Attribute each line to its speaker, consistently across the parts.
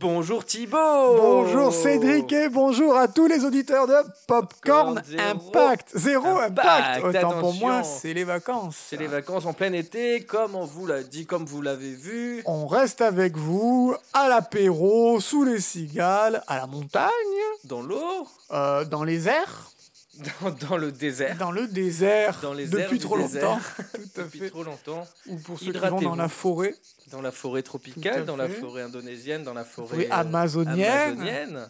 Speaker 1: Bonjour Thibaut
Speaker 2: Bonjour Cédric et bonjour à tous les auditeurs de Popcorn
Speaker 1: Popcorn Zéro
Speaker 2: Impact. Zéro impact.
Speaker 1: Impact,
Speaker 2: Autant pour
Speaker 1: attention.
Speaker 2: moi, c'est les vacances.
Speaker 1: C'est les vacances en plein été, comme on vous l'a dit, comme vous l'avez vu.
Speaker 2: On reste avec vous à l'apéro, sous les cigales, à la montagne,
Speaker 1: Dans l'eau,
Speaker 2: euh, dans les airs,
Speaker 1: dans, dans le désert,
Speaker 2: dans le désert,
Speaker 1: Dans les airs
Speaker 2: depuis
Speaker 1: du
Speaker 2: trop
Speaker 1: désert.
Speaker 2: longtemps. Tout à
Speaker 1: depuis
Speaker 2: fait.
Speaker 1: trop longtemps.
Speaker 2: Ou pour ceux qui vont
Speaker 1: Hydratez-vous.
Speaker 2: dans la forêt,
Speaker 1: Dans la forêt
Speaker 2: Tout à
Speaker 1: tropicale, dans la
Speaker 2: fait.
Speaker 1: forêt indonésienne, dans la forêt
Speaker 2: forêt
Speaker 1: euh,
Speaker 2: amazonienne,
Speaker 1: amazonienne.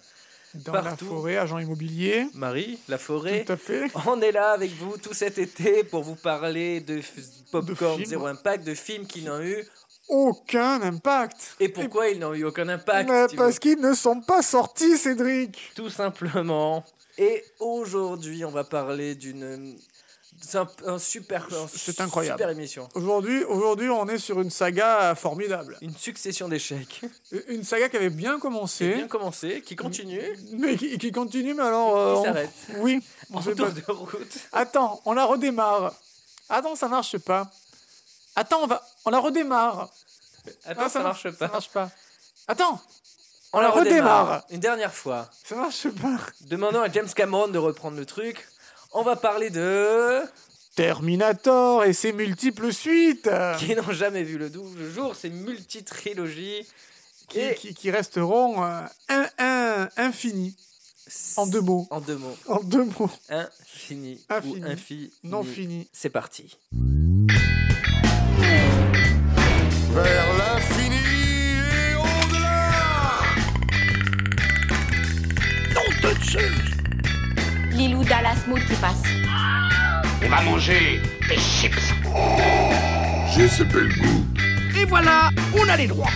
Speaker 2: dans
Speaker 1: partout.
Speaker 2: la forêt agent immobilier.
Speaker 1: Marie, la forêt.
Speaker 2: Tout à fait.
Speaker 1: On est là avec vous tout cet été pour vous parler de f- Popcorn
Speaker 2: films.
Speaker 1: Zéro Impact, de films qui n'ont eu.
Speaker 2: Aucun impact.
Speaker 1: Et pourquoi ils n'ont eu aucun impact
Speaker 2: Mais
Speaker 1: Thibaut
Speaker 2: parce qu'ils ne sont pas sortis, Cédric.
Speaker 1: Tout simplement. Et aujourd'hui, on va parler d'une. C'est un, un super. un
Speaker 2: C'est incroyable.
Speaker 1: Super émission.
Speaker 2: Aujourd'hui, aujourd'hui, on est sur une saga formidable.
Speaker 1: Une succession d'échecs.
Speaker 2: Une saga qui avait bien
Speaker 1: C'est
Speaker 2: commencé,
Speaker 1: bien commencé, qui continue.
Speaker 2: mais qui, qui continue, mais alors... euh,
Speaker 1: qui
Speaker 2: on-
Speaker 1: s'arrête.
Speaker 2: Oui. on
Speaker 1: En
Speaker 2: sait
Speaker 1: tour
Speaker 2: pas. Ah,
Speaker 1: de route.
Speaker 2: Attends, on la redémarre. Attends, ça marche pas. Attends, on, va... on la redémarre.
Speaker 1: Attends,
Speaker 2: Ah,
Speaker 1: ça marche
Speaker 2: Ça
Speaker 1: pas.
Speaker 2: marche pas. Attends,
Speaker 1: On
Speaker 2: la redémarre.
Speaker 1: Une dernière fois.
Speaker 2: ça marche pas.
Speaker 1: Demandons à James Cameron de reprendre le truc. On va parler de.
Speaker 2: Terminator et ses multiples suites euh,
Speaker 1: qui n'ont jamais vu le dou- le jour, ces multitrilogies.
Speaker 2: qui,
Speaker 1: Et-
Speaker 2: qui- qui resteront euh, un, un, infinies. En deux mots.
Speaker 1: En deux mots.
Speaker 2: En deux mots.
Speaker 1: Infini.
Speaker 2: Infini.
Speaker 1: Ou infini.
Speaker 2: Non fini.
Speaker 1: C'est parti.
Speaker 3: vers l'infini et au-delà.
Speaker 4: Lilou Dallas Moult qui passe.
Speaker 5: On va manger des chips.
Speaker 3: J'ai ce bel goût.
Speaker 5: Et voilà, on a les droits.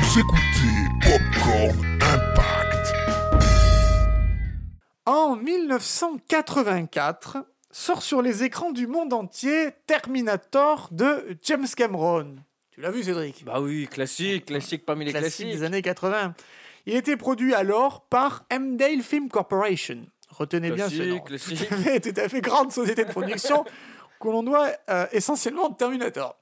Speaker 3: Vous écoutez Popcorn Impact.
Speaker 2: En 1984, sort sur les écrans du monde entier Terminator de James Cameron. Tu l'as vu, Cédric
Speaker 1: Bah oui, classique, classique parmi les
Speaker 2: Classique
Speaker 1: classiques.
Speaker 2: des années 80. Il était produit alors par Mdale Film Corporation. Retenez bien ce nom.
Speaker 1: Classique,
Speaker 2: Tout à
Speaker 1: classique.
Speaker 2: fait, tout à fait grande société de production que l'on doit euh, essentiellement à Terminator.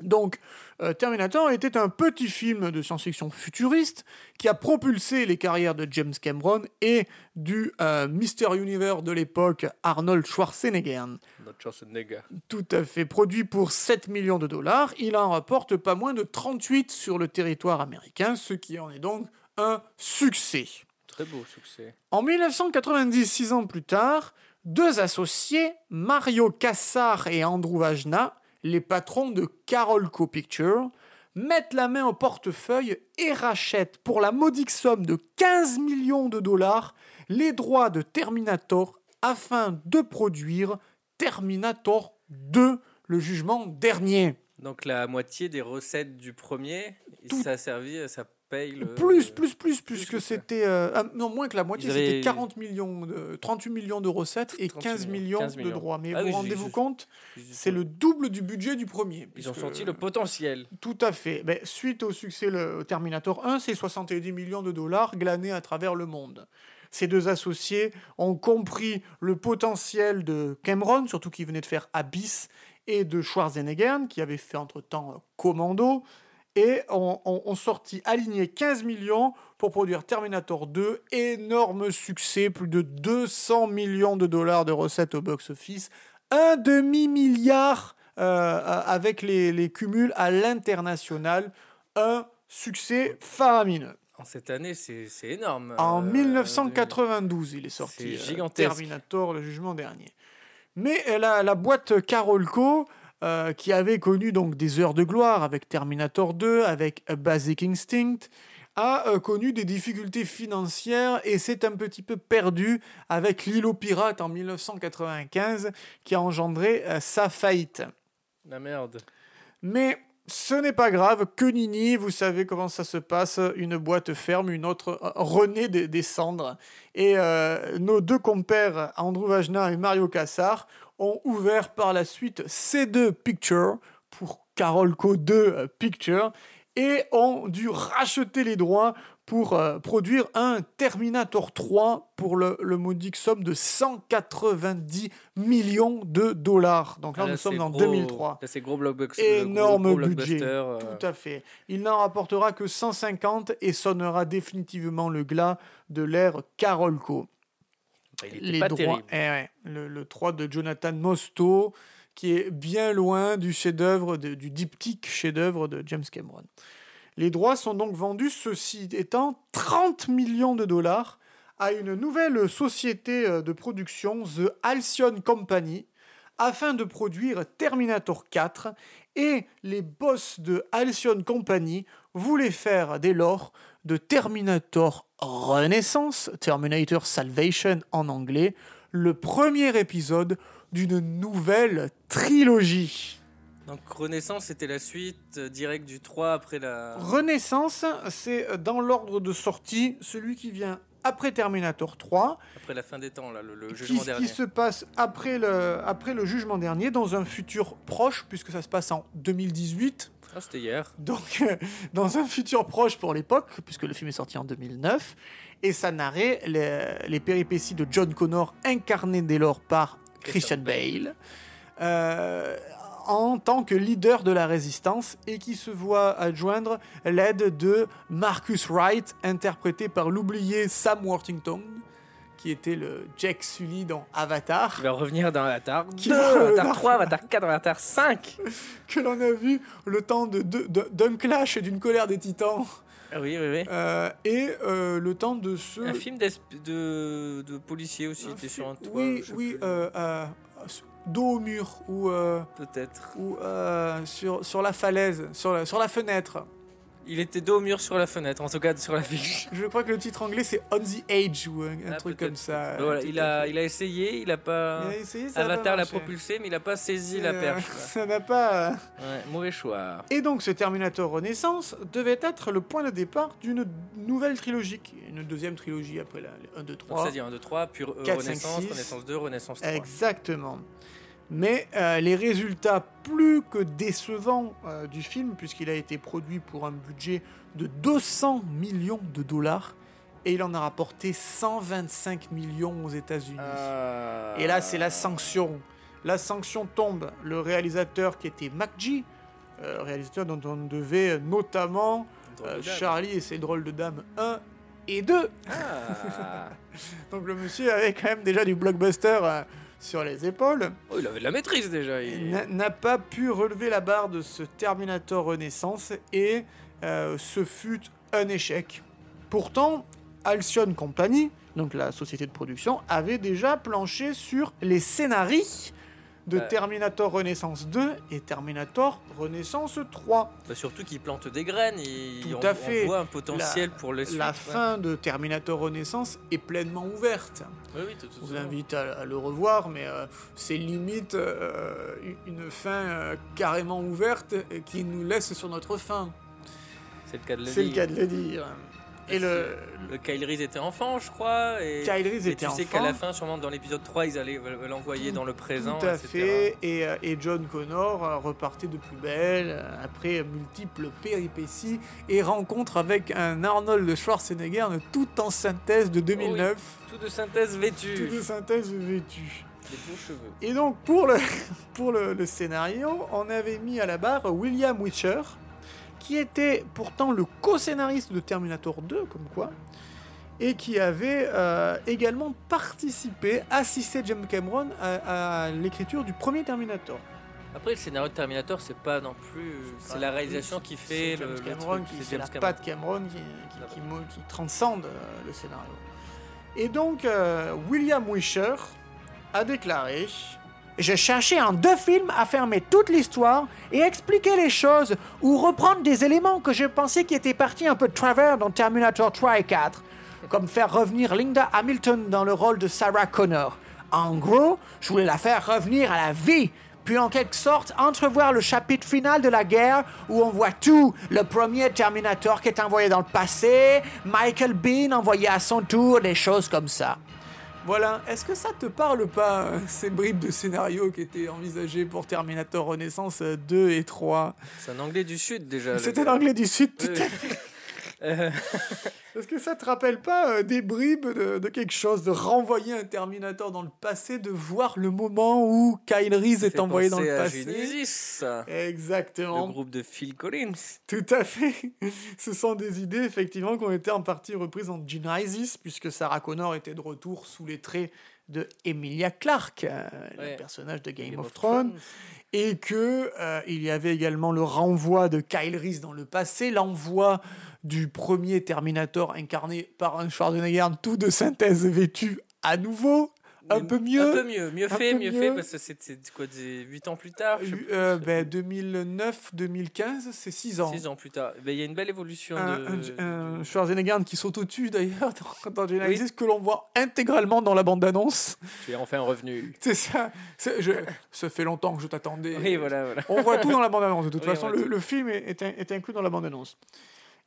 Speaker 2: Donc, euh, Terminator était un petit film de science-fiction futuriste qui a propulsé les carrières de James Cameron et du euh, Mister Universe de l'époque Arnold Schwarzenegger.
Speaker 1: Notre chance de gars.
Speaker 2: Tout à fait. Produit pour 7 millions de dollars, il en rapporte pas moins de 38 sur le territoire américain, ce qui en est donc un succès.
Speaker 1: Très beau succès.
Speaker 2: En 1990, six ans plus tard, deux associés, Mario Cassar et Andrew Vajna, les patrons de Carol Co Picture, mettent la main au portefeuille et rachètent pour la modique somme de 15 millions de dollars les droits de Terminator afin de produire Terminator 2, le jugement dernier.
Speaker 1: Donc la moitié des recettes du premier,
Speaker 2: Tout-
Speaker 1: ça a servi, ça paye le.
Speaker 2: Plus, plus, plus, plus
Speaker 1: euh, plus
Speaker 2: que
Speaker 1: que ça.
Speaker 2: c'était... euh, ah, non, moins que la moitié,
Speaker 1: Ils auraient-
Speaker 2: c'était 40 millions, de, 38 millions de recettes et
Speaker 1: 38
Speaker 2: 15
Speaker 1: millions,
Speaker 2: millions,
Speaker 1: 15
Speaker 2: de
Speaker 1: millions.
Speaker 2: droits. Mais
Speaker 1: Ah oui,
Speaker 2: vous
Speaker 1: j'ai-
Speaker 2: rendez-vous
Speaker 1: j'ai-
Speaker 2: compte,
Speaker 1: Ils-
Speaker 2: c'est le euh, double du budget du premier.
Speaker 1: Ils ont
Speaker 2: puisque-
Speaker 1: senti le potentiel.
Speaker 2: Tout à fait. Ben, suite au succès le Terminator 1, c'est 70 millions de dollars glanés à travers le monde. Ces deux associés ont compris le potentiel de Cameron, surtout qu'il venait de faire Abyss, et de Schwarzenegger, qui avait fait entre-temps euh, Commando, et ont, ont- ont sorti aligné 15 millions pour produire Terminator 2, énorme succès, plus de 200 millions de dollars de recettes au box-office, un demi-milliard euh, euh, avec les, les cumuls à l'international, un succès faramineux.
Speaker 1: En cette année, c'est c'est énorme.
Speaker 2: En
Speaker 1: Euh,
Speaker 2: 1992, il est sorti.
Speaker 1: C'est
Speaker 2: euh,
Speaker 1: gigantesque.
Speaker 2: Terminator, le jugement dernier. Mais euh, la, la boîte Carolco, euh, qui avait connu donc des heures de gloire avec Terminator 2, avec A Basic Instinct, a euh, connu des difficultés financières et s'est un petit peu perdu avec l'îlot pirate en 1995 qui a engendré euh, sa faillite.
Speaker 1: 2000. La Ah, merde.
Speaker 2: Mais ce n'est pas grave, que nini, vous savez comment ça se passe, une boîte ferme, une autre euh, renaît des, des cendres. Et euh, nos deux compères, Andrew Vajna et Mario Cassar, ont ouvert par la suite C2 Picture pour Carolco 2 Picture euh, et ont dû racheter les droits pour euh, produire un Terminator 3 pour le, le modique somme de 190 millions de dollars. Donc là,
Speaker 1: Ah,
Speaker 2: nous sommes
Speaker 1: c'est
Speaker 2: en
Speaker 1: gros-
Speaker 2: 2003.
Speaker 1: Là, c'est gros blockbuster. euh,
Speaker 2: Énorme
Speaker 1: gros
Speaker 2: budget.
Speaker 1: blockbuster, euh,
Speaker 2: Tout à fait. Il n'en rapportera que 150 et sonnera définitivement le glas de l'ère Carolco.
Speaker 1: bah, il était
Speaker 2: Les
Speaker 1: pas
Speaker 2: droits,
Speaker 1: terrible.
Speaker 2: eh ouais, le, le 3 de Jonathan Mostow, qui est bien loin du chef-d'œuvre, de- du diptyque chef-d'œuvre de James Cameron. Les droits sont donc vendus, ceci étant 30 millions de dollars, à une nouvelle société euh, de production, The Alcyon Company, afin de produire Terminator 4. Et les boss de Alcyon Company voulaient faire dès lors de Terminator Renaissance, Terminator Salvation en anglais, le premier épisode d'une nouvelle trilogie.
Speaker 1: Donc Renaissance, c'était la suite euh, directe du 3 après la.
Speaker 2: Renaissance, c'est euh, dans l'ordre de sortie celui qui vient après Terminator 3,
Speaker 1: Après la fin des temps, là, le, le
Speaker 2: qui,
Speaker 1: jugement
Speaker 2: qui
Speaker 1: dernier.
Speaker 2: se passe après le, après le jugement dernier, dans un futur proche, puisque ça se passe en 2018.
Speaker 1: Ah, c'était hier.
Speaker 2: Donc, euh, dans un futur proche pour l'époque, puisque le film est sorti en 2009, et ça narrait les, les péripéties de John Connor, incarné dès lors par Christian
Speaker 1: Christian
Speaker 2: Bale, euh, en tant que leader de la résistance, et qui se voit adjoindre l'aide de Marcus Wright, interprété par l'oublié Sam Worthington, qui était le Jack Sully dans Avatar.
Speaker 1: Qui va revenir dans Avatar 2,
Speaker 2: Qui va revenir dans-
Speaker 1: Avatar 3, Avatar 4, Avatar 5.
Speaker 2: que l'on a vu le temps de- de- de- d'un clash et d'une colère des titans.
Speaker 1: Ah oui, oui, oui.
Speaker 2: Euh, et euh, le temps de ce...
Speaker 1: Un film d'esp- de, de policier aussi, il
Speaker 2: Un
Speaker 1: était
Speaker 2: film-
Speaker 1: sur un toit.
Speaker 2: Oui,
Speaker 1: je sais
Speaker 2: oui,
Speaker 1: plus.
Speaker 2: euh, euh, dos au mur ou, euh,
Speaker 1: Peut-être.
Speaker 2: ou euh, sur, sur la falaise, sur la, sur la fenêtre.
Speaker 1: Il était dos au mur sur la fenêtre, en tout cas sur la fiche.
Speaker 2: Je crois que le titre anglais c'est On the Edge ou un, un
Speaker 1: Ah,
Speaker 2: truc
Speaker 1: peut-être.
Speaker 2: comme ça.
Speaker 1: Bah voilà,
Speaker 2: Tout
Speaker 1: il,
Speaker 2: à
Speaker 1: a,
Speaker 2: fait.
Speaker 1: il a essayé, il a pas.
Speaker 2: Il a essayé, ça a pas
Speaker 1: Avatar l'a
Speaker 2: marché.
Speaker 1: propulsé, mais il a pas saisi la
Speaker 2: Euh,
Speaker 1: perche. quoi.
Speaker 2: Ça n'a pas. euh,
Speaker 1: Ouais, mauvais choix.
Speaker 2: Et donc, ce Terminator Renaissance devait être le point de départ d'une nouvelle trilogie, qui est une deuxième trilogie après la 1, 2, 3.
Speaker 1: Donc, c'est-à-dire 1, 2, 3, puis euh,
Speaker 2: 4,
Speaker 1: Renaissance,
Speaker 2: 5, 6.
Speaker 1: Renaissance 2, Renaissance 3.
Speaker 2: Exactement. Mais euh, les résultats plus que décevants euh, du film, puisqu'il a été produit pour un budget de 200 millions de dollars, et il en a rapporté 125 millions aux États-Unis.
Speaker 1: Ah.
Speaker 2: Et là, c'est la sanction. La sanction tombe. Le réalisateur qui était MacG, euh, réalisateur dont on devait euh, notamment
Speaker 1: Drôle
Speaker 2: euh,
Speaker 1: de dame.
Speaker 2: Charlie et ses drôles de dames 1 et 2,
Speaker 1: Ah.
Speaker 2: donc le monsieur avait quand même déjà du blockbuster euh, sur les épaules.
Speaker 1: Oh, il avait de la maîtrise déjà. il-
Speaker 2: n'a n'a pas pu relever la barre de ce Terminator Renaissance et euh, ce fut un échec. Pourtant, Alcyon Company, donc la société de production, avait déjà planché sur les scénarii de
Speaker 1: Ouais.
Speaker 2: Terminator Renaissance 2 et Terminator Renaissance 3.
Speaker 1: Bah, surtout qu'il plante des graines. Il...
Speaker 2: Tout
Speaker 1: on,
Speaker 2: à
Speaker 1: on
Speaker 2: fait.
Speaker 1: voit un potentiel pour les suites.
Speaker 2: la
Speaker 1: ouais.
Speaker 2: fin de Terminator Renaissance est pleinement ouverte.
Speaker 1: Oui, oui, tout, tout,
Speaker 2: Je vous
Speaker 1: tout.
Speaker 2: invite à, à le revoir, mais euh, c'est limite euh, une fin euh, carrément ouverte et qui nous laisse sur notre fin.
Speaker 1: C'est le cas de le
Speaker 2: C'est le
Speaker 1: dire.
Speaker 2: cas de le dire. Et le,
Speaker 1: Le Kyle Reese était enfant, je crois. Et,
Speaker 2: Kyle Reese
Speaker 1: et
Speaker 2: était
Speaker 1: tu sais
Speaker 2: enfant.
Speaker 1: qu'à la fin, sûrement dans l'épisode 3, ils allaient l'envoyer dans le présent.
Speaker 2: Tout à
Speaker 1: etc.
Speaker 2: fait. Et, euh, et John Connor euh, repartait de plus belle euh, après multiples péripéties et rencontre avec un Arnold Schwarzenegger euh, tout en synthèse
Speaker 1: Oh
Speaker 2: de 2009.
Speaker 1: Tout de synthèse vêtu.
Speaker 2: Tout de synthèse vêtue.
Speaker 1: Des beaux cheveux.
Speaker 2: Et donc pour le, pour le, le scénario, on avait mis à la barre William Witcher, qui était pourtant le co-scénariste de Terminator 2, comme quoi, et qui avait euh, également participé, assisté James Cameron à, à l'écriture du premier Terminator.
Speaker 1: Après, le scénario de Terminator, c'est pas non plus. C'est la réalisation qui fait
Speaker 2: C'est James
Speaker 1: le. le
Speaker 2: Cameron
Speaker 1: truc,
Speaker 2: qui
Speaker 1: c'est
Speaker 2: fait
Speaker 1: James
Speaker 2: la
Speaker 1: Cameron.
Speaker 2: patte Cameron qui, qui- qui mo- qui transcende euh, le scénario. Et donc euh, William Wisher a déclaré Je cherchais en deux films à fermer toute l'histoire et expliquer les choses ou reprendre des éléments que je pensais qui étaient partis un peu de travers dans Terminator 3 et 4, comme faire revenir Linda Hamilton dans le rôle de Sarah Connor. En gros, je voulais la faire revenir à la vie, puis en quelque sorte entrevoir le chapitre final de la guerre où on voit tout. Le premier Terminator qui est envoyé dans le passé, Michael Bean envoyé à son tour, des choses comme ça. Voilà, est-ce que ça te parle pas, euh, ces bribes de scénario qui étaient envisagées pour Terminator Renaissance euh, 2 et 3
Speaker 1: C'est un anglais du sud déjà. le
Speaker 2: C'était
Speaker 1: gars.
Speaker 2: l'anglais du Sud, tout
Speaker 1: Oui,
Speaker 2: à
Speaker 1: oui. Euh,
Speaker 2: Est-ce que ça te rappelle pas euh, des bribes de, de quelque chose, de renvoyer un Terminator dans le passé, de voir le moment où Kyle Reese est
Speaker 1: fait
Speaker 2: envoyé dans
Speaker 1: penser
Speaker 2: le
Speaker 1: à
Speaker 2: passé
Speaker 1: Genesis, ça.
Speaker 2: Exactement.
Speaker 1: le groupe de Phil Collins.
Speaker 2: Tout à fait. Ce sont des idées, effectivement, qui ont été en partie reprises en Genesis, puisque Sarah Connor était de retour sous les traits de Emilia Clarke, euh,
Speaker 1: Ouais.
Speaker 2: le personnage de Game,
Speaker 1: Game
Speaker 2: of,
Speaker 1: of
Speaker 2: Thrones,
Speaker 1: Thrones.
Speaker 2: et que euh, il y avait également le renvoi de Kyle Reese dans le passé, l'envoi du premier Terminator incarné par un Schwarzenegger tout de synthèse vêtu à nouveau, un
Speaker 1: Mais-
Speaker 2: peu mieux.
Speaker 1: Un peu mieux, mieux
Speaker 2: un
Speaker 1: fait,
Speaker 2: peu
Speaker 1: mieux,
Speaker 2: mieux.
Speaker 1: fait, parce que c'était quoi, 8 ans plus tard Ah, je sais
Speaker 2: Euh, ben, 2009-2015, c'est 6 ans.
Speaker 1: 6 ans plus tard. Ben, Il y a une belle évolution
Speaker 2: un,
Speaker 1: de.
Speaker 2: un- un
Speaker 1: de-
Speaker 2: Schwarzenegger qui saute au-dessus d'ailleurs dans, dans Genesis que l'on voit intégralement dans la bande-annonce.
Speaker 1: Tu es enfin revenu.
Speaker 2: C'est ça. C'est- je- ça fait longtemps que je t'attendais.
Speaker 1: Oui, voilà, voilà.
Speaker 2: On voit tout dans la bande-annonce. De toute
Speaker 1: Oui, on
Speaker 2: façon,
Speaker 1: voit
Speaker 2: le,
Speaker 1: tout.
Speaker 2: le film est, est in- est inclus dans la bande-annonce.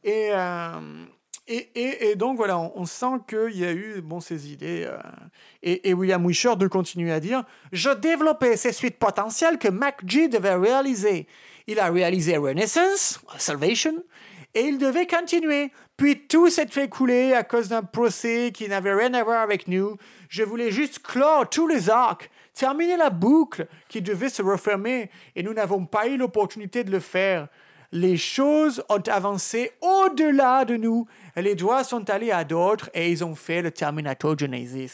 Speaker 2: Et, euh, et, et, et donc, voilà, on, on sent qu'il y a eu bon, ces idées. euh, et, et William Wisher de continuer à dire Je développais ces suites potentielles que MacG devait réaliser. Il a réalisé Renaissance, Salvation, et il devait continuer. Puis tout s'est fait couler à cause d'un procès qui n'avait rien à voir avec nous. Je voulais juste clore tous les arcs, terminer la boucle qui devait se refermer, et nous n'avons pas eu l'opportunité de le faire. Les choses ont avancé au-delà de nous. Les doigts sont allés à d'autres et ils ont fait le Terminator Genesis.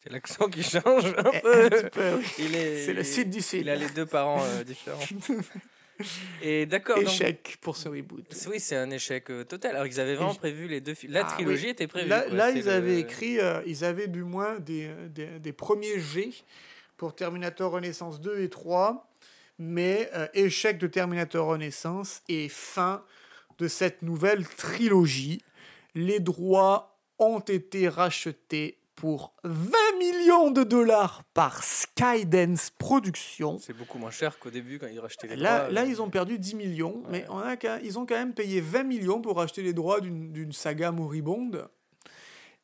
Speaker 1: C'est l'accent qui change un
Speaker 2: Eh,
Speaker 1: peu.
Speaker 2: un petit peu, oui.
Speaker 1: Il est,
Speaker 2: C'est le
Speaker 1: il-
Speaker 2: sud du sud.
Speaker 1: Il a les deux parents euh, différents. Et d'accord. donc-
Speaker 2: Échec pour ce reboot.
Speaker 1: Oui, c'est un échec euh, total. Alors, ils avaient vraiment
Speaker 2: Éche-
Speaker 1: prévu les deux films. La
Speaker 2: Ah,
Speaker 1: trilogie
Speaker 2: oui.
Speaker 1: était prévue.
Speaker 2: Là,
Speaker 1: quoi.
Speaker 2: là,
Speaker 1: C'est
Speaker 2: ils
Speaker 1: le-
Speaker 2: avaient écrit, euh, ils avaient du moins des, euh, des, des premiers G pour Terminator Renaissance 2 et 3, mais euh, échec de Terminator Renaissance et fin de cette nouvelle trilogie. Les droits ont été rachetés pour 20 millions de dollars par Skydance Productions.
Speaker 1: C'est beaucoup moins cher qu'au début quand ils rachetaient les
Speaker 2: Là,
Speaker 1: droits,
Speaker 2: là,
Speaker 1: euh,
Speaker 2: ils ont perdu 10 millions, mais
Speaker 1: Ouais.
Speaker 2: on a, qu'à- ils ont quand même payé 20 millions pour acheter les droits d'une d'une saga moribonde.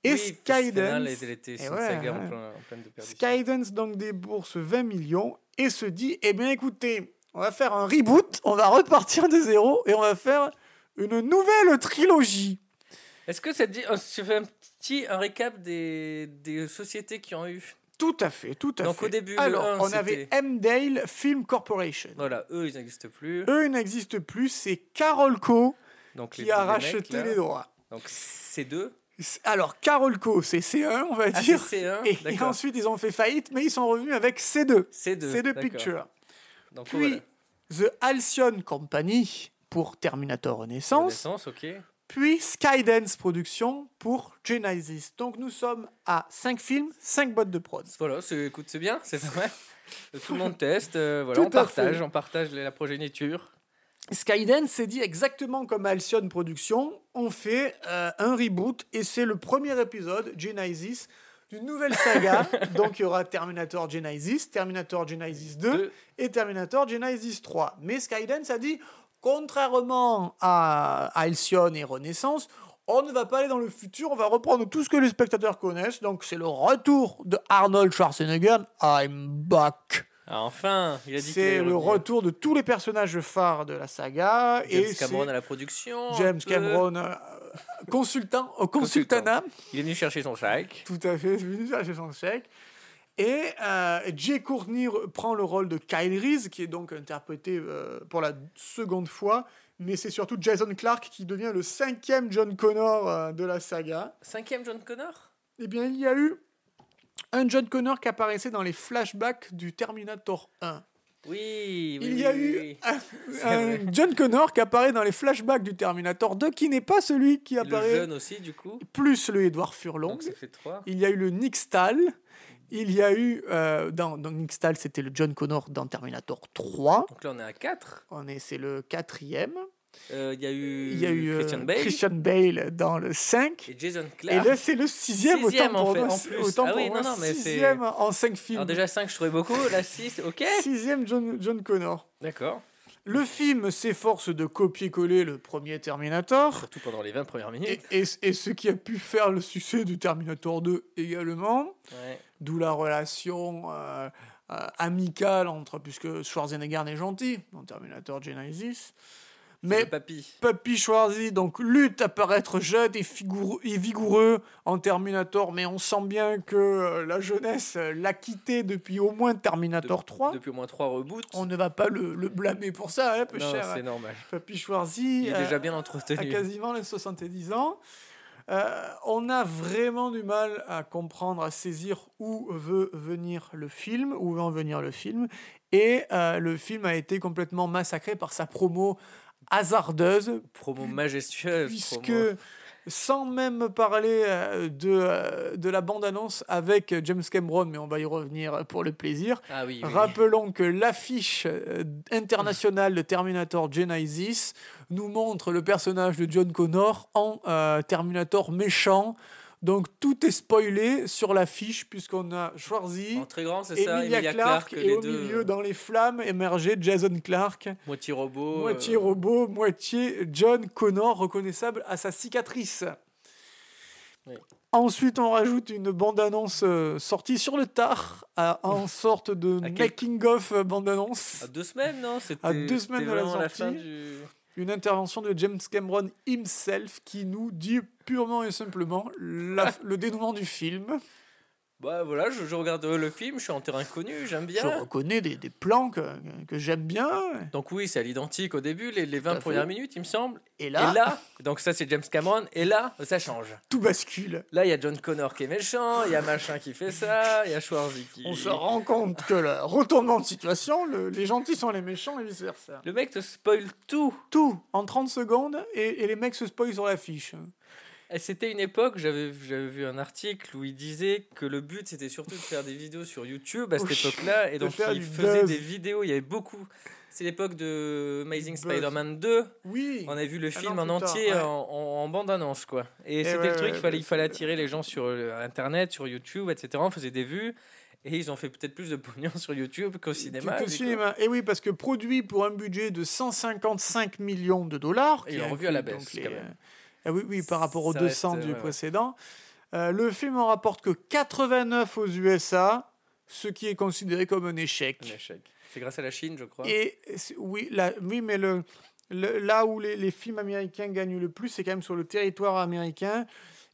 Speaker 2: Et
Speaker 1: oui, parce que là,
Speaker 2: Skydance,
Speaker 1: Elle elle était
Speaker 2: Eh
Speaker 1: c'est une
Speaker 2: ouais,
Speaker 1: saga
Speaker 2: ouais.
Speaker 1: en, plein, en pleine de perdition.
Speaker 2: Skydance donc débourse 20 millions et se dit Eh bien, écoutez, on va faire un reboot, on va repartir de zéro et on va faire une nouvelle trilogie.
Speaker 1: Est-ce que ça te dit. oh, je fais un petit un récap des, des sociétés qui ont eu.
Speaker 2: Tout à fait, tout à
Speaker 1: Donc,
Speaker 2: fait.
Speaker 1: au début, le
Speaker 2: Alors,
Speaker 1: un,
Speaker 2: on avait M-Dale Film Corporation.
Speaker 1: Voilà, eux, ils n'existent plus.
Speaker 2: Eux, ils n'existent plus, c'est Carolco
Speaker 1: Donc, les-
Speaker 2: qui a
Speaker 1: les mecs,
Speaker 2: racheté
Speaker 1: là.
Speaker 2: les droits.
Speaker 1: Donc, ces deux.
Speaker 2: Alors, Carolco, c'est C1, on va
Speaker 1: Ah,
Speaker 2: dire.
Speaker 1: c'est C1,
Speaker 2: Et, et
Speaker 1: d'accord.
Speaker 2: ensuite, ils ont fait faillite, mais ils sont revenus avec C2.
Speaker 1: C'est deux.
Speaker 2: C2
Speaker 1: d'accord.
Speaker 2: Picture.
Speaker 1: Donc,
Speaker 2: Puis, The Alcyon Company pour Terminator
Speaker 1: voilà.
Speaker 2: Renaissance.
Speaker 1: Renaissance, ok.
Speaker 2: Puis, Skydance Productions pour Genesis. Donc, nous sommes à 5 films, 5 bottes de prod.
Speaker 1: Voilà, c'est- écoute, c'est bien, c'est pas mal. Tout le monde teste, euh, voilà,
Speaker 2: Tout
Speaker 1: on
Speaker 2: à
Speaker 1: partage,
Speaker 2: fait.
Speaker 1: on partage la progéniture.
Speaker 2: Skydance s'est dit exactement comme Alcyon Productions, on fait euh, un reboot et c'est le premier épisode, Genesis, d'une nouvelle saga. Donc il y aura Terminator Genesis, Terminator Genesis 2
Speaker 1: Deux.
Speaker 2: et Terminator Genesis 3. Mais Skydance a dit, contrairement à Alcyon et Renaissance, on ne va pas aller dans le futur, on va reprendre tout ce que les spectateurs connaissent. Donc c'est le retour de Arnold Schwarzenegger, I'm back.
Speaker 1: Ah, enfin, il a dit qu'il
Speaker 2: C'est
Speaker 1: allait
Speaker 2: le
Speaker 1: revenir.
Speaker 2: retour de tous les personnages phares de la saga et
Speaker 1: James
Speaker 2: c'est
Speaker 1: Cameron à la production. un
Speaker 2: James
Speaker 1: peu.
Speaker 2: Cameron, euh, consultant au
Speaker 1: Consultant.
Speaker 2: consultana,
Speaker 1: Il est venu chercher son chèque.
Speaker 2: tout à fait, je vais chercher son chèque. Et euh, Jay Courtney re- prend le rôle de Kyle Reese, qui est donc interprété euh, pour la seconde fois, mais c'est surtout Jason Clark qui devient le cinquième John Connor euh, de la saga.
Speaker 1: Cinquième John Connor
Speaker 2: Eh bien, il y a eu un John Connor qui apparaissait dans les flashbacks du Terminator 1.
Speaker 1: Oui, oui,
Speaker 2: Il
Speaker 1: oui,
Speaker 2: y a
Speaker 1: oui,
Speaker 2: eu
Speaker 1: oui.
Speaker 2: un,
Speaker 1: vrai.
Speaker 2: un John Connor qui apparaît dans les flashbacks du Terminator 2, qui n'est pas celui qui
Speaker 1: le
Speaker 2: apparaît,
Speaker 1: jeune aussi, du coup.
Speaker 2: plus le Edward Furlong.
Speaker 1: Donc, ça fait trois.
Speaker 2: Il y a eu le Nick Stahl. Il y a eu, euh, dans, dans Nick Stahl, c'était le John Connor dans Terminator 3.
Speaker 1: Donc là, on est à 4.
Speaker 2: On est, c'est le quatrième.
Speaker 1: Il y a eu,
Speaker 2: Il y a eu euh,
Speaker 1: Christian Bale
Speaker 2: Christian Bale dans le 5.
Speaker 1: et Jason
Speaker 2: Et
Speaker 1: Clarke.
Speaker 2: là, c'est le sixième,
Speaker 1: Sixième,
Speaker 2: autant
Speaker 1: en
Speaker 2: pour
Speaker 1: fait,
Speaker 2: moi.
Speaker 1: en
Speaker 2: c'est-
Speaker 1: plus.
Speaker 2: Autant
Speaker 1: Ah
Speaker 2: pour
Speaker 1: oui,
Speaker 2: moi,
Speaker 1: non, non, mais c'est-
Speaker 2: sixième en cinq films.
Speaker 1: Alors déjà 5, je trouvais beaucoup. Là, 6, ok.
Speaker 2: Sixième John, John Connor.
Speaker 1: D'accord.
Speaker 2: Le film s'efforce de copier-coller le premier Terminator,
Speaker 1: Surtout pendant les 20 premières
Speaker 2: et,
Speaker 1: minutes.
Speaker 2: et- et ce qui a pu faire le succès du Terminator 2 également,
Speaker 1: Ouais.
Speaker 2: d'où la relation euh, euh, amicale entre, puisque Schwarzenegger n'est gentil dans Terminator Genesis,
Speaker 1: Mais...
Speaker 2: mais
Speaker 1: Le papy.
Speaker 2: Papy Schwarzy donc lutte à paraître jeune et, figoureux- et vigoureux en Terminator, mais on sent bien que euh, la jeunesse euh, l'a quitté depuis au moins
Speaker 1: de-
Speaker 2: Terminator 3.
Speaker 1: Depuis au moins 3 reboots.
Speaker 2: On ne va pas le, le blâmer pour ça, hein, peu
Speaker 1: Non,
Speaker 2: cher.
Speaker 1: c'est normal.
Speaker 2: Papy Schwarzy
Speaker 1: Il est
Speaker 2: euh,
Speaker 1: déjà bien
Speaker 2: à
Speaker 1: entretenu.
Speaker 2: quasiment les 70 ans. Euh, on a vraiment du mal à comprendre, à saisir où veut venir le film, où veut en venir le film. Et euh, le film a été complètement massacré par sa promo hasardeuse,
Speaker 1: Promo majestueuse.
Speaker 2: puisque
Speaker 1: promo-
Speaker 2: sans même parler euh, de, euh, de la bande-annonce avec James Cameron, mais on va y revenir pour le plaisir,
Speaker 1: Ah oui, oui.
Speaker 2: Rappelons que l'affiche euh, internationale de Terminator Genesis nous montre le personnage de John Connor en euh, Terminator méchant. Donc tout est spoilé sur l'affiche puisqu'on a Schwarzy,
Speaker 1: En très grand, c'est ça.
Speaker 2: Emilia Clarke
Speaker 1: Clarke,
Speaker 2: et
Speaker 1: les
Speaker 2: au
Speaker 1: deux, euh,
Speaker 2: milieu dans les flammes émergé Jason Clark,
Speaker 1: moitié robot.
Speaker 2: moitié
Speaker 1: euh,
Speaker 2: robot, moitié John Connor reconnaissable à sa cicatrice.
Speaker 1: Oui.
Speaker 2: Ensuite, on rajoute une bande-annonce euh, sortie sur le tard, à- en sorte de
Speaker 1: À quel-
Speaker 2: making-of euh, bande-annonce.
Speaker 1: À deux semaines, non C'était
Speaker 2: À deux
Speaker 1: c'était
Speaker 2: semaines de la
Speaker 1: vraiment fin
Speaker 2: sortie.
Speaker 1: du.
Speaker 2: Une intervention de James Cameron himself qui nous dit purement et simplement la- le dénouement du film.
Speaker 1: Bah voilà, je, je regarde euh, le film, je suis en terrain connu, j'aime bien.
Speaker 2: Je reconnais des, des plans que, que j'aime bien.
Speaker 1: Donc oui, c'est à l'identique au début, les, les
Speaker 2: à
Speaker 1: 20
Speaker 2: fait.
Speaker 1: premières minutes, il me semble.
Speaker 2: Et là,
Speaker 1: Et là, donc ça c'est James Cameron, et là, ça change.
Speaker 2: tout bascule.
Speaker 1: Là, il y a John Connor qui est méchant, il y a machin qui fait ça, il y a Schwarzy qui...
Speaker 2: On se rend compte que le retournement de situation, le- les gentils sont les méchants et vice-versa.
Speaker 1: Le mec te spoil tout.
Speaker 2: Tout en 30 secondes et, et les mecs se spoilent sur l'affiche.
Speaker 1: Et C'était une époque, j'avais j'avais vu un article où il disait que le but c'était surtout de faire des vidéos sur YouTube à cette
Speaker 2: Oui,
Speaker 1: époque-là, et
Speaker 2: de
Speaker 1: donc
Speaker 2: faire
Speaker 1: il
Speaker 2: du
Speaker 1: faisait
Speaker 2: buzz.
Speaker 1: des vidéos, il y avait beaucoup... C'est l'époque de Amazing
Speaker 2: Du buzz.
Speaker 1: Spider-Man 2,
Speaker 2: Oui,
Speaker 1: On a vu le film
Speaker 2: an
Speaker 1: en
Speaker 2: Ah plus tard,
Speaker 1: entier
Speaker 2: ouais. Eh
Speaker 1: en, en- en bande-annonce, quoi. Et, c'était
Speaker 2: ouais,
Speaker 1: le truc,
Speaker 2: ouais,
Speaker 1: il fallait,
Speaker 2: ouais,
Speaker 1: il fallait
Speaker 2: c'est-
Speaker 1: attirer les gens sur euh, Internet, sur YouTube, etc. On faisait des vues. Et ils ont fait peut-être plus de pognon sur YouTube qu'au cinéma.
Speaker 2: Que- que
Speaker 1: du coup.
Speaker 2: cinéma. Et oui, parce que produit pour un budget de 155 millions de dollars.
Speaker 1: Et
Speaker 2: qui
Speaker 1: il a revu à
Speaker 2: inclut
Speaker 1: la
Speaker 2: donc
Speaker 1: baisse, quand même.
Speaker 2: Ah oui, oui, par rapport aux
Speaker 1: Ça
Speaker 2: 200
Speaker 1: reste,
Speaker 2: du
Speaker 1: ouais, ouais.
Speaker 2: précédent. Euh, le film en rapporte que 89 aux USA, ce qui est considéré comme un échec.
Speaker 1: Un échec. C'est grâce à la Chine, je crois.
Speaker 2: Et c'est- oui, la- oui mais le, le- là où les, les films américains gagnent le plus, c'est quand même sur le territoire américain.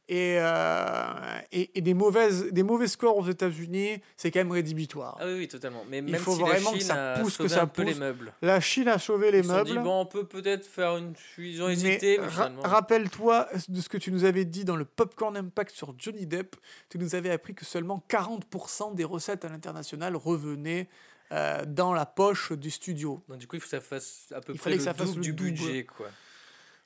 Speaker 2: Et, euh, et, et des, mauvaises, des mauvais scores aux États-Unis, c'est quand même rédhibitoire.
Speaker 1: Ah oui, oui, totalement. Mais
Speaker 2: Il
Speaker 1: même
Speaker 2: faut
Speaker 1: si la
Speaker 2: vraiment que
Speaker 1: Chine
Speaker 2: ça
Speaker 1: a
Speaker 2: pousse, que
Speaker 1: sauvé
Speaker 2: ça
Speaker 1: un peu les
Speaker 2: pousse.
Speaker 1: meubles.
Speaker 2: La Chine a sauvé les
Speaker 1: ils se sont
Speaker 2: meubles.
Speaker 1: dit, bon, on peut peut-être faire une... Ils ont
Speaker 2: Mais
Speaker 1: hésité, mais,
Speaker 2: ra-
Speaker 1: finalement...
Speaker 2: rappelle-toi de ce que tu nous avais dit dans le Popcorn Impact sur Johnny Depp. Tu nous avais appris que seulement 40% des recettes à l'international revenaient euh, dans la poche du studio.
Speaker 1: Donc du coup, il faut que ça fasse à peu
Speaker 2: Il
Speaker 1: près
Speaker 2: fallait
Speaker 1: le
Speaker 2: que ça fasse
Speaker 1: double
Speaker 2: le
Speaker 1: du
Speaker 2: double.
Speaker 1: budget, quoi.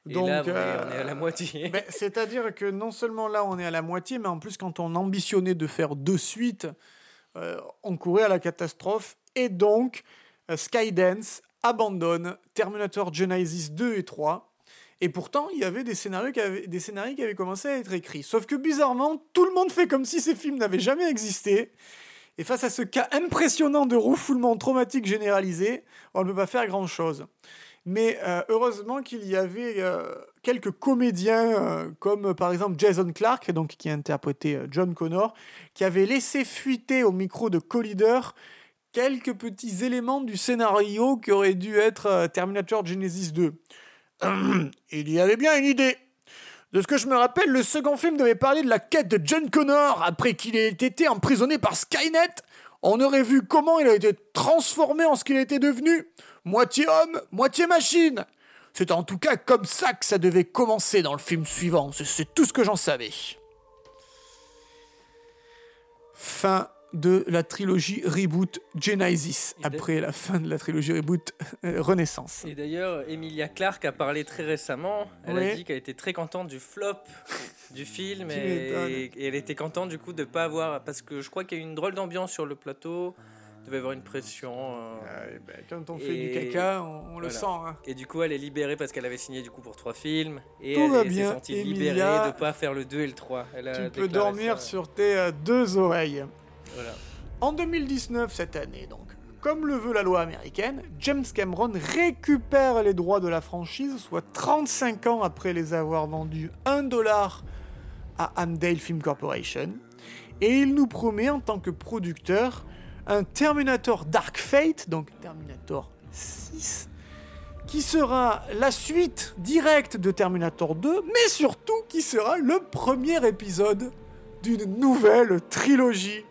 Speaker 1: Et
Speaker 2: Donc,
Speaker 1: là, on est,
Speaker 2: euh,
Speaker 1: on est à la moitié.
Speaker 2: Ben, C'est-à-dire que non seulement là on est à la moitié, mais en plus quand on ambitionnait de faire deux suites, euh, on courait à la catastrophe. Et donc euh, Skydance abandonne Terminator Genesis 2 et 3. Et pourtant, il y avait des scénarios, qui avaient, des scénarios qui avaient commencé à être écrits. Sauf que bizarrement, tout le monde fait comme si ces films n'avaient jamais existé. Et face à ce cas impressionnant de refoulement traumatique généralisé, on ne peut pas faire grand-chose. Mais euh, heureusement qu'il y avait euh, quelques comédiens, euh, comme euh, par exemple Jason Clark, donc, qui interprétait euh, John Connor, qui avait laissé fuiter au micro de Collider quelques petits éléments du scénario qui aurait dû être euh, Terminator Genesis 2. Il y avait bien une idée. De ce que je me rappelle, le second film devait parler de la quête de John Connor après qu'il ait été emprisonné par Skynet. On aurait vu comment il a été transformé en ce qu'il était devenu. Moitié homme, moitié machine. C'est en tout cas comme ça que ça devait commencer dans le film suivant. C'est- C'est tout ce que j'en savais. Fin de la trilogie reboot Genesis.
Speaker 1: Et d'a-
Speaker 2: Après la fin de la trilogie reboot euh, Renaissance.
Speaker 1: Et d'ailleurs, Emilia Clarke a parlé très récemment. Elle
Speaker 2: Ouais.
Speaker 1: a dit qu'elle était très contente du flop du film
Speaker 2: Tu
Speaker 1: et, et elle était contente du coup de pas avoir parce que je crois qu'il y a eu une drôle d'ambiance sur le plateau. Il devait y avoir une pression. euh,
Speaker 2: Ah ben, Quand on
Speaker 1: fait du caca,
Speaker 2: on, hein.
Speaker 1: le sent, Et du coup, elle est libérée parce qu'elle avait signé du coup pour trois films et
Speaker 2: Tout
Speaker 1: elle
Speaker 2: va
Speaker 1: est-
Speaker 2: bien,
Speaker 1: s'est sentie
Speaker 2: Emilia.
Speaker 1: libérée de pas faire le 2 et le 3. Elle a
Speaker 2: Tu peux
Speaker 1: déclaré
Speaker 2: dormir
Speaker 1: Euh, ça.
Speaker 2: sur tes euh, deux oreilles.
Speaker 1: Voilà.
Speaker 2: En 2019, cette année donc, Comme le veut la loi américaine, James Cameron récupère les droits de la franchise, soit 35 ans après les avoir vendus 1 dollar à Amdale Film Corporation, et il nous promet en tant que producteur un Terminator Dark Fate, donc Terminator 6, qui sera la suite directe de Terminator 2, mais surtout qui sera le premier épisode d'une nouvelle trilogie.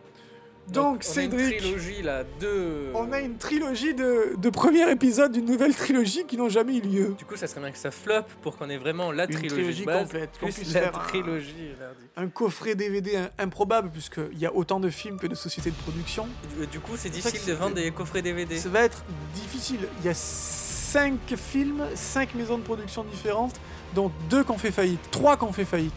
Speaker 2: Donc,
Speaker 1: On a
Speaker 2: Cédric,
Speaker 1: une trilogie là, deux.
Speaker 2: on a une trilogie de, de premier épisode d'une nouvelle trilogie qui n'ont jamais eu lieu.
Speaker 1: Du coup, ça serait bien que ça floppe pour qu'on ait vraiment la
Speaker 2: Une
Speaker 1: trilogie,
Speaker 2: trilogie
Speaker 1: de base,
Speaker 2: complète, qu'on
Speaker 1: plus
Speaker 2: puisse
Speaker 1: la
Speaker 2: faire un-
Speaker 1: trilogie. lundi.
Speaker 2: Un coffret DVD im- improbable, puisqu'il y a autant de films que de sociétés de production.
Speaker 1: Du, du coup, c'est
Speaker 2: pour ça
Speaker 1: difficile
Speaker 2: que
Speaker 1: de
Speaker 2: c'est-
Speaker 1: vendre des coffrets DVD.
Speaker 2: Ça va être difficile. Il y a 5 films, 5 maisons de production différentes, dont 2 qu'on fait faillite, 3 qu'on fait faillite,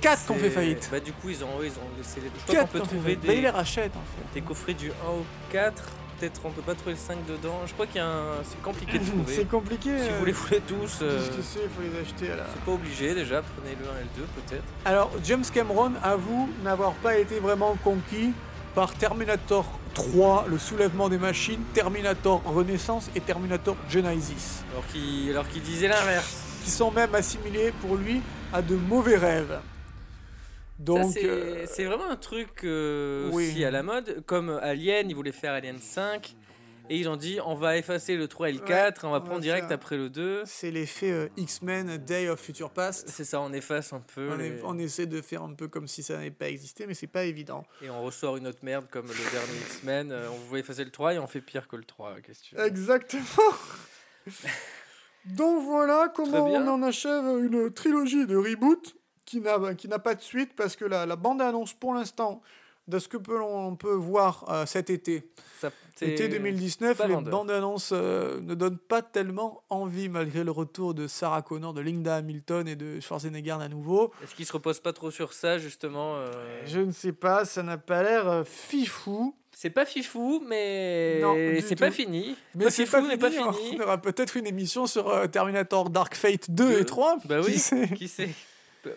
Speaker 2: 4 qu'on fait
Speaker 1: C'est-
Speaker 2: faillite,
Speaker 1: Bah, du coup, ils ont. Ils ont c'est les... Je crois qu'on
Speaker 2: 4
Speaker 1: peut
Speaker 2: qu'on fait
Speaker 1: trouver
Speaker 2: faillite. Bah,
Speaker 1: des,
Speaker 2: il les rachète en fait.
Speaker 1: des coffrets du 1 au 4. Peut-être on peut pas trouver le 5 dedans. Je crois qu'il y a un. C'est compliqué de trouver.
Speaker 2: C'est compliqué.
Speaker 1: Si
Speaker 2: euh,
Speaker 1: vous les voulez tous, euh,
Speaker 2: qu'est-ce que c'est, faut les acheter à la-
Speaker 1: c'est pas obligé déjà. Prenez le 1 et le 2 peut-être.
Speaker 2: Alors, James Cameron avoue n'avoir pas été vraiment conquis par Terminator 3, le soulèvement des machines, Terminator Renaissance et Terminator Genesis,
Speaker 1: Alors qu'il alors qu'il disait l'inverse.
Speaker 2: qui sont même assimilés pour lui à de mauvais rêves.
Speaker 1: Ça,
Speaker 2: Donc,
Speaker 1: c'est
Speaker 2: euh,
Speaker 1: c'est vraiment un truc euh,
Speaker 2: oui.
Speaker 1: aussi à la mode. Comme Alien, ils voulaient faire Alien 5. Et ils ont dit on va effacer le 3 et le
Speaker 2: Ouais,
Speaker 1: 4. on va
Speaker 2: on va
Speaker 1: prendre direct
Speaker 2: faire-
Speaker 1: après le 2.
Speaker 2: c'est l'effet euh, X-Men Day of Future Past.
Speaker 1: C'est ça, on efface un peu.
Speaker 2: On, est-
Speaker 1: les-
Speaker 2: on essaie de faire un peu comme si ça n'avait pas existé, mais c'est pas évident.
Speaker 1: Et on ressort une autre merde comme le dernier X-Men. euh, On voulait effacer le 3 et on fait pire que le 3. Qu'est-ce que tu veux
Speaker 2: Euh, Exactement. Donc voilà comment
Speaker 1: Très bien.
Speaker 2: on en achève une trilogie de reboot qui n'a qui n'a pas de suite parce que la, la bande annonce pour l'instant de ce que peut- on peut voir euh, cet été,
Speaker 1: Ça- c'est-
Speaker 2: été 2019,
Speaker 1: pas
Speaker 2: les
Speaker 1: vendeur.
Speaker 2: bandes annonces euh, ne donnent pas tellement envie malgré le retour de Sarah Connor, de Linda Hamilton et de Schwarzenegger à nouveau.
Speaker 1: Est-ce qu'ils se reposent pas trop sur ça justement euh,
Speaker 2: Je ne sais pas, ça n'a pas l'air euh, fifou.
Speaker 1: C'est pas fifou, mais
Speaker 2: Non, du
Speaker 1: c'est pas
Speaker 2: tout.
Speaker 1: fini.
Speaker 2: Mais
Speaker 1: Pas
Speaker 2: c'est
Speaker 1: fifou,
Speaker 2: pas,
Speaker 1: mais
Speaker 2: fini,
Speaker 1: pas
Speaker 2: hein.
Speaker 1: fini.
Speaker 2: On aura peut-être une émission sur euh, Terminator Dark Fate 2
Speaker 1: Deux.
Speaker 2: et 3.
Speaker 1: Bah
Speaker 2: qui
Speaker 1: oui.
Speaker 2: sait.
Speaker 1: Qui sait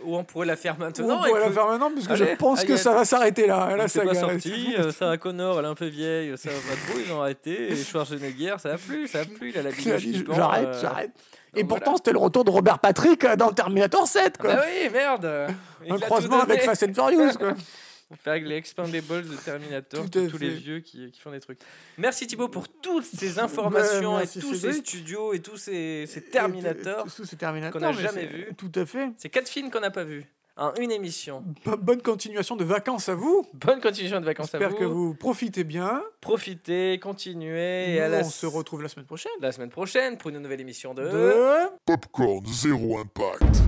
Speaker 1: Ou on pourrait la faire
Speaker 2: Ou on
Speaker 1: maintenant.
Speaker 2: pourrait la
Speaker 1: écoute.
Speaker 2: faire maintenant, parce que
Speaker 1: Allez,
Speaker 2: je pense que
Speaker 1: Agathe.
Speaker 2: ça va s'arrêter là.
Speaker 1: Elle
Speaker 2: Là,
Speaker 1: c'est
Speaker 2: ça
Speaker 1: pas
Speaker 2: gala-
Speaker 1: sorti, euh, Sarah Connor, elle est un peu vieille, ça va pas trop, ils ont arrêté, et Schwarzenegger, ça a plu, ça a plu, il a la
Speaker 2: Elle a dit,
Speaker 1: bigoche qui pend,
Speaker 2: J'arrête,
Speaker 1: euh,
Speaker 2: j'arrête.
Speaker 1: donc
Speaker 2: Et pourtant,
Speaker 1: voilà.
Speaker 2: c'était le retour de Robert Patrick euh, dans Terminator 7, quoi.
Speaker 1: Bah oui, merde Il
Speaker 2: Un
Speaker 1: l'a tout
Speaker 2: croisement
Speaker 1: donné.
Speaker 2: avec Fast and Furious, quoi.
Speaker 1: Faut Faire avec les Expendables de Terminator,
Speaker 2: Tout
Speaker 1: tous
Speaker 2: à
Speaker 1: tous les
Speaker 2: fait.
Speaker 1: vieux qui, qui font des trucs. Merci Thibaut pour toutes ces informations
Speaker 2: Ben,
Speaker 1: et
Speaker 2: merci,
Speaker 1: tous ces
Speaker 2: Cédric.
Speaker 1: studios et tous ces, ces Terminator.
Speaker 2: Et- et- et- C'est Terminator.
Speaker 1: qu'on a
Speaker 2: mais
Speaker 1: jamais
Speaker 2: c'est-
Speaker 1: vu.
Speaker 2: Tout à fait.
Speaker 1: C'est quatre films qu'on n'a pas vus en une émission.
Speaker 2: Bo- Bonne continuation de vacances à vous.
Speaker 1: Bonne continuation de vacances à
Speaker 2: J'espère
Speaker 1: vous.
Speaker 2: que vous profitez bien.
Speaker 1: Profitez, continuez, et à
Speaker 2: Nous,
Speaker 1: la,
Speaker 2: on se retrouve la semaine prochaine.
Speaker 1: la semaine prochaine pour une nouvelle émission de...
Speaker 2: De-
Speaker 3: Popcorn Zéro Impact.